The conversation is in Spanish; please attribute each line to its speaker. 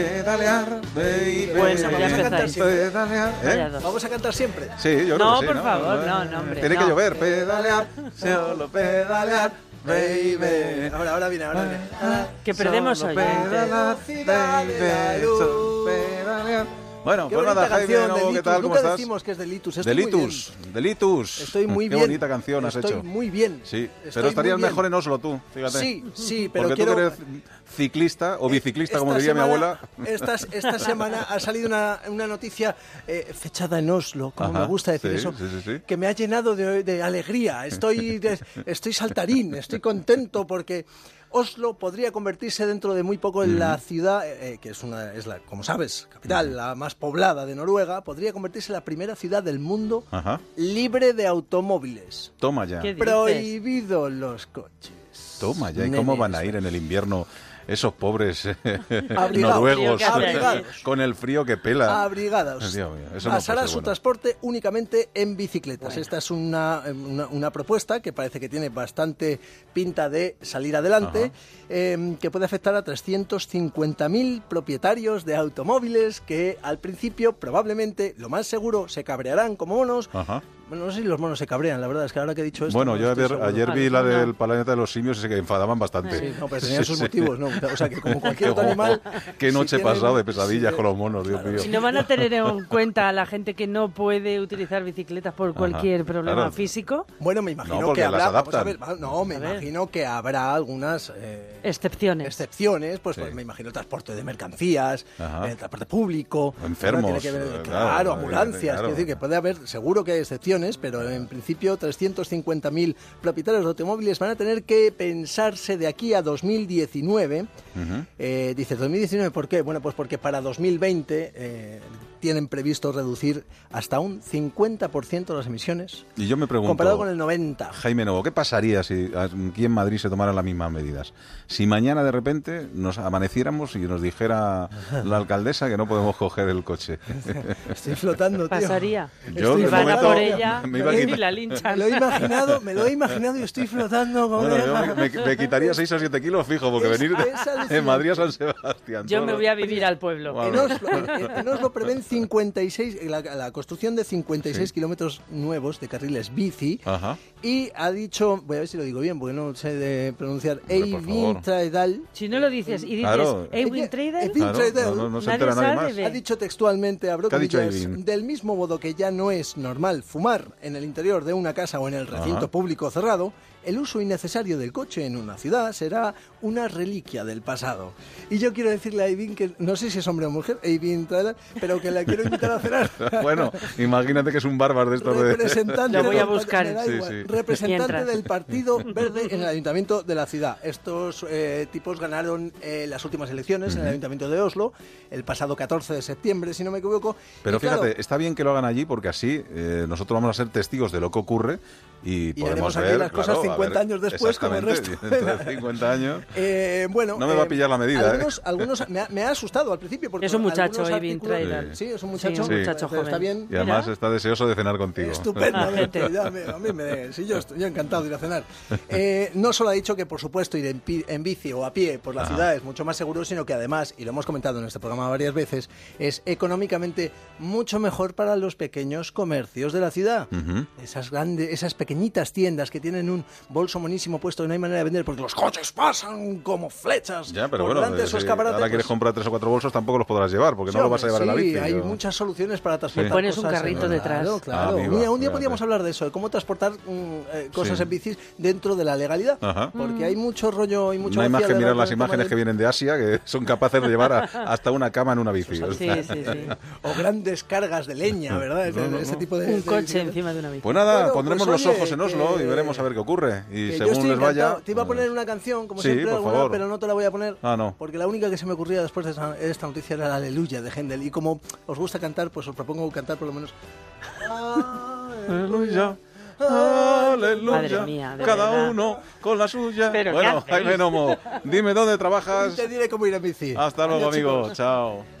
Speaker 1: Pedalear, baby.
Speaker 2: Bueno, pues ya empezáis.
Speaker 1: Pedalear,
Speaker 2: Vaya
Speaker 1: ¿eh?
Speaker 2: dos.
Speaker 3: Vamos a cantar siempre.
Speaker 1: Sí, yo creo
Speaker 2: No,
Speaker 1: que sí,
Speaker 2: por favor, no, no, hombre,
Speaker 1: Tiene que
Speaker 2: no.
Speaker 1: llover. Pedalear, solo pedalear, baby. Ah.
Speaker 3: Ahora, ahora viene, ahora viene. Ah,
Speaker 2: Que perdemos
Speaker 1: Solo
Speaker 2: oyentes.
Speaker 1: pedalear, baby, solo pedalear. Bueno,
Speaker 3: Qué
Speaker 1: pues nada,
Speaker 3: bonita
Speaker 1: Jaime,
Speaker 3: canción
Speaker 1: de
Speaker 3: de
Speaker 1: nuevo, ¿qué
Speaker 3: Litus.
Speaker 1: tal? ¿Cómo
Speaker 3: Nunca
Speaker 1: estás?
Speaker 3: decimos que es de Litus. Estoy muy
Speaker 1: Delitus, Delitus.
Speaker 3: bien. Estoy muy bien.
Speaker 1: Qué bonita canción has
Speaker 3: Estoy
Speaker 1: hecho.
Speaker 3: muy bien.
Speaker 1: Sí,
Speaker 3: Estoy
Speaker 1: pero
Speaker 3: muy
Speaker 1: estarías
Speaker 3: bien.
Speaker 1: mejor en Oslo tú, fíjate.
Speaker 3: Sí, sí, pero
Speaker 1: Porque
Speaker 3: quiero-
Speaker 1: tú que eres ciclista o biciclista,
Speaker 3: Esta
Speaker 1: como diría mi
Speaker 3: semana-
Speaker 1: abuela.
Speaker 3: estas- esta semana ha salido una, una noticia eh, fechada en Oslo, como
Speaker 1: Ajá,
Speaker 3: me gusta decir
Speaker 1: sí,
Speaker 3: eso,
Speaker 1: sí, sí, sí.
Speaker 3: que me ha llenado de, de alegría. Estoy, de- estoy saltarín, estoy contento porque... Oslo podría convertirse dentro de muy poco en la ciudad, eh, eh, que es una, es la, como sabes, capital, la más poblada de Noruega, podría convertirse en la primera ciudad del mundo
Speaker 1: Ajá.
Speaker 3: libre de automóviles.
Speaker 1: Toma ya.
Speaker 2: Qué di- dices?
Speaker 3: Prohibidos los coches.
Speaker 1: Toma ya. ¿Y cómo
Speaker 3: Nenes.
Speaker 1: van a ir en el invierno esos pobres eh,
Speaker 3: Abrigados.
Speaker 1: noruegos
Speaker 3: Abrigados.
Speaker 1: con el frío que pela?
Speaker 3: Abrigados.
Speaker 1: Dios mío, eso no
Speaker 3: Basará
Speaker 1: puede ser
Speaker 3: su
Speaker 1: bueno.
Speaker 3: transporte únicamente en bicicletas. Esta es una, una, una propuesta que parece que tiene bastante pinta de salir adelante, eh, que puede afectar a 350.000 propietarios de automóviles que al principio probablemente, lo más seguro, se cabrearán como monos.
Speaker 1: Ajá.
Speaker 3: Bueno, no sé si los monos se cabrean, la verdad es que ahora que he dicho esto...
Speaker 1: Ah. Bueno,
Speaker 3: no
Speaker 1: yo
Speaker 3: estoy
Speaker 1: ayer,
Speaker 3: seguro.
Speaker 1: ayer vi la
Speaker 2: Alguna.
Speaker 1: del planeta de los simios y se que enfadaban bastante.
Speaker 3: Sí, no, pero tenían
Speaker 1: Sí,
Speaker 3: sus
Speaker 1: sí.
Speaker 3: motivos, ¿no? O sea, que como cualquier
Speaker 1: Qué
Speaker 3: otro animal...
Speaker 1: Qué
Speaker 3: si
Speaker 1: noche he
Speaker 3: tienen-
Speaker 1: pasado de
Speaker 3: si
Speaker 1: pesadillas
Speaker 3: tiene-
Speaker 1: con los monos, Dios mío.
Speaker 2: Y no van a tener en cuenta a la gente que no puede utilizar bicicletas por cualquier problema
Speaker 1: claro.
Speaker 2: físico,
Speaker 3: Bueno, me imagino
Speaker 1: No, porque
Speaker 3: que habrá.
Speaker 1: las
Speaker 3: vamos a
Speaker 1: adaptan.
Speaker 3: ver, va- no, me
Speaker 2: A ver.
Speaker 3: imagino que habrá algunas eh,
Speaker 2: excepciones.
Speaker 3: excepciones, pues,
Speaker 1: Sí.
Speaker 3: pues me imagino el transporte de mercancías,
Speaker 1: Ajá.
Speaker 3: el transporte público,
Speaker 1: Enfermos,
Speaker 3: bueno, tiene que haber-
Speaker 1: eh,
Speaker 3: claro,
Speaker 1: claro,
Speaker 3: ambulancias,
Speaker 1: claro.
Speaker 3: quiero decir que puede haber, seguro que hay excepciones, pero en principio 350.000 propietarios de automóviles van a tener que pensarse de aquí a 2019. Eh, dice 2019, ¿por qué? Bueno, pues porque para 2020 eh, tienen previsto reducir hasta un 50% las emisiones
Speaker 1: Y yo me pregunto.
Speaker 3: comparado con el 90.
Speaker 1: Jaime Novo, ¿qué pasaría si aquí en Madrid se tomaran las mismas medidas? Si mañana de repente nos amaneciéramos y nos dijera la alcaldesa que no podemos coger el coche.
Speaker 3: Estoy flotando, tío.
Speaker 2: Pasaría.
Speaker 1: Yo,
Speaker 3: Estoy
Speaker 1: de
Speaker 2: Y van a
Speaker 1: momento,
Speaker 2: por ella
Speaker 1: me iba a
Speaker 2: y
Speaker 1: quitar-
Speaker 2: la
Speaker 3: Me
Speaker 2: linchan.
Speaker 3: lo he imaginado, me lo he imaginado y estoy flotando como
Speaker 1: Bueno,
Speaker 3: una-
Speaker 1: yo me, me- me quitaría 6 o 7 kilos fijo, porque
Speaker 3: Es-
Speaker 1: venir de,
Speaker 3: es alucinante.
Speaker 1: de Madrid a San Sebastián.
Speaker 2: Yo
Speaker 1: todo
Speaker 2: me
Speaker 1: lo-
Speaker 2: voy a vivir al pueblo.
Speaker 1: Guau.
Speaker 3: En Oslo, en Oslo prevén 56, la, la construcción de 56
Speaker 1: Sí. Ah.
Speaker 3: kilómetros nuevos de carriles bici
Speaker 1: Ajá.
Speaker 3: y ha dicho, voy a ver si lo digo bien, porque no sé de pronunciar,
Speaker 1: Hombre, por favor.
Speaker 3: Eivintraidal.
Speaker 2: Si no lo dices y dices
Speaker 1: Claro.
Speaker 2: Ewin
Speaker 3: Oye,
Speaker 2: Trader,
Speaker 3: Edwin-
Speaker 1: Claro, no, no, no se
Speaker 2: Nadie
Speaker 1: entera nadie
Speaker 2: sabe
Speaker 1: más.
Speaker 2: de-
Speaker 3: Ha dicho textualmente, abro
Speaker 1: ¿Qué ha dicho
Speaker 3: comillas,
Speaker 1: Eivind?
Speaker 3: del mismo modo que ya no es normal fumar en el interior de una casa o en el recinto
Speaker 1: Ajá.
Speaker 3: público cerrado, el uso innecesario del coche en una ciudad será una reliquia del pasado. Y yo quiero decirle a Eivind que, no sé si es hombre o mujer, Eivind, tal, pero que la quiero invitar a cenar.
Speaker 1: Bueno, imagínate que es un bárbaro de estos de...
Speaker 3: Representante,
Speaker 2: Lo voy a
Speaker 3: del-
Speaker 2: buscar.
Speaker 3: me da
Speaker 1: Sí,
Speaker 3: igual.
Speaker 1: sí.
Speaker 3: Representante
Speaker 2: Mientras.
Speaker 3: del Partido Verde en el Ayuntamiento de la ciudad. Estos eh, tipos ganaron eh, las últimas elecciones en el Ayuntamiento de Oslo el pasado 14 de septiembre, si no me equivoco.
Speaker 1: Pero
Speaker 3: Y claro,
Speaker 1: fíjate, está bien que lo hagan allí porque así eh, nosotros vamos a ser testigos de lo que ocurre y, podemos
Speaker 3: haremos aquí
Speaker 1: ver
Speaker 3: las cosas
Speaker 1: claro, a
Speaker 3: 50 años después, como el
Speaker 1: exactamente,
Speaker 3: resto.
Speaker 1: dentro de 50 años.
Speaker 3: Eh, bueno,
Speaker 1: No me va a
Speaker 3: eh,
Speaker 1: pillar la medida, ¿eh?
Speaker 3: Algunos, algunos- me, ha, me ha asustado al principio porque
Speaker 2: Es un muchacho,
Speaker 3: algunos
Speaker 2: Eivind
Speaker 3: artículos-
Speaker 2: Traidal.
Speaker 3: Sí, es un muchacho,
Speaker 2: Sí, un muchacho
Speaker 3: pero Está
Speaker 2: joven.
Speaker 3: bien.
Speaker 1: Y además
Speaker 2: Mira.
Speaker 1: está deseoso de cenar contigo.
Speaker 3: Estupendamente.
Speaker 2: Ah, gente.
Speaker 3: ya me- a mí me, sí, yo estoy yo encantado de ir a cenar. Eh, no solo ha dicho que, por supuesto, ir en, pi- en bici o a pie por la ciudad es mucho más seguro, sino que además, y lo hemos comentado en este programa varias veces, es económicamente mucho mejor para los pequeños comercios de la ciudad. Esas grandes, esas pequeñitas tiendas que tienen un bolso monísimo puesto y no hay manera de vender porque los coches pasan como flechas
Speaker 1: Ya, pero
Speaker 3: por
Speaker 1: bueno,
Speaker 3: delante de
Speaker 1: eh,
Speaker 3: su
Speaker 1: si
Speaker 3: escaparate,
Speaker 1: ahora quieres
Speaker 3: pues,
Speaker 1: comprar tres o cuatro bolsos, tampoco los podrás llevar, porque
Speaker 3: Sí,
Speaker 1: no lo vas a llevar
Speaker 3: hombre,
Speaker 1: en la
Speaker 3: sí,
Speaker 1: bici.
Speaker 3: hay
Speaker 1: yo-
Speaker 3: muchas soluciones para transportar.
Speaker 1: Sí.
Speaker 2: Pones un
Speaker 3: cosas en-
Speaker 2: carrito detrás. Ah,
Speaker 3: Claro, claro.
Speaker 1: Amigo,
Speaker 3: Mira, un día
Speaker 1: fíjate.
Speaker 3: podríamos hablar de eso, de cómo transportar mm, eh, cosas
Speaker 1: Sí.
Speaker 3: en bicis dentro de la legalidad.
Speaker 1: Ajá.
Speaker 2: Mm.
Speaker 3: Porque hay mucho rollo y mucho.
Speaker 1: No hay más
Speaker 3: vacío
Speaker 1: que
Speaker 3: de
Speaker 1: mirar
Speaker 3: la-
Speaker 1: las
Speaker 3: del tema
Speaker 1: imágenes
Speaker 3: de-
Speaker 1: que vienen de Asia, que son capaces de llevar a- hasta una cama en una bici. O
Speaker 2: Sí,
Speaker 1: sea,
Speaker 2: sí, sí.
Speaker 3: O grandes cargas de leña, ¿verdad? Ese- ese tipo de.
Speaker 2: Un
Speaker 3: de-
Speaker 2: coche
Speaker 3: de-
Speaker 2: encima de una bici.
Speaker 1: Pues nada,
Speaker 3: Bueno,
Speaker 1: pondremos
Speaker 3: pues
Speaker 1: los
Speaker 3: oye,
Speaker 1: ojos en Oslo
Speaker 3: que-
Speaker 1: y veremos a ver qué ocurre. Y
Speaker 3: que yo
Speaker 1: según
Speaker 3: estoy
Speaker 1: les vaya. pues,
Speaker 3: encantado. Te iba a poner una canción, como
Speaker 1: Sí,
Speaker 3: siempre,
Speaker 1: por
Speaker 3: alguna,
Speaker 1: favor.
Speaker 3: pero no te la voy a poner.
Speaker 1: Ah, no.
Speaker 3: Porque la única que se me ocurría después de esa- esta noticia era la Aleluya de Händel. Y como os gusta cantar, pues os propongo cantar por lo menos.
Speaker 1: Ah. Aleluya. Aleluya.
Speaker 2: Madre mía, de
Speaker 1: Cada
Speaker 2: verdad.
Speaker 1: uno con la suya.
Speaker 2: Pero, ¿qué
Speaker 1: bueno,
Speaker 2: hacéis?
Speaker 1: Jaime Nomo, dime dónde
Speaker 3: Y
Speaker 1: trabajas.
Speaker 3: te diré cómo ir en bici.
Speaker 1: Hasta luego,
Speaker 3: Adiós, chicos.
Speaker 1: amigo. Chao.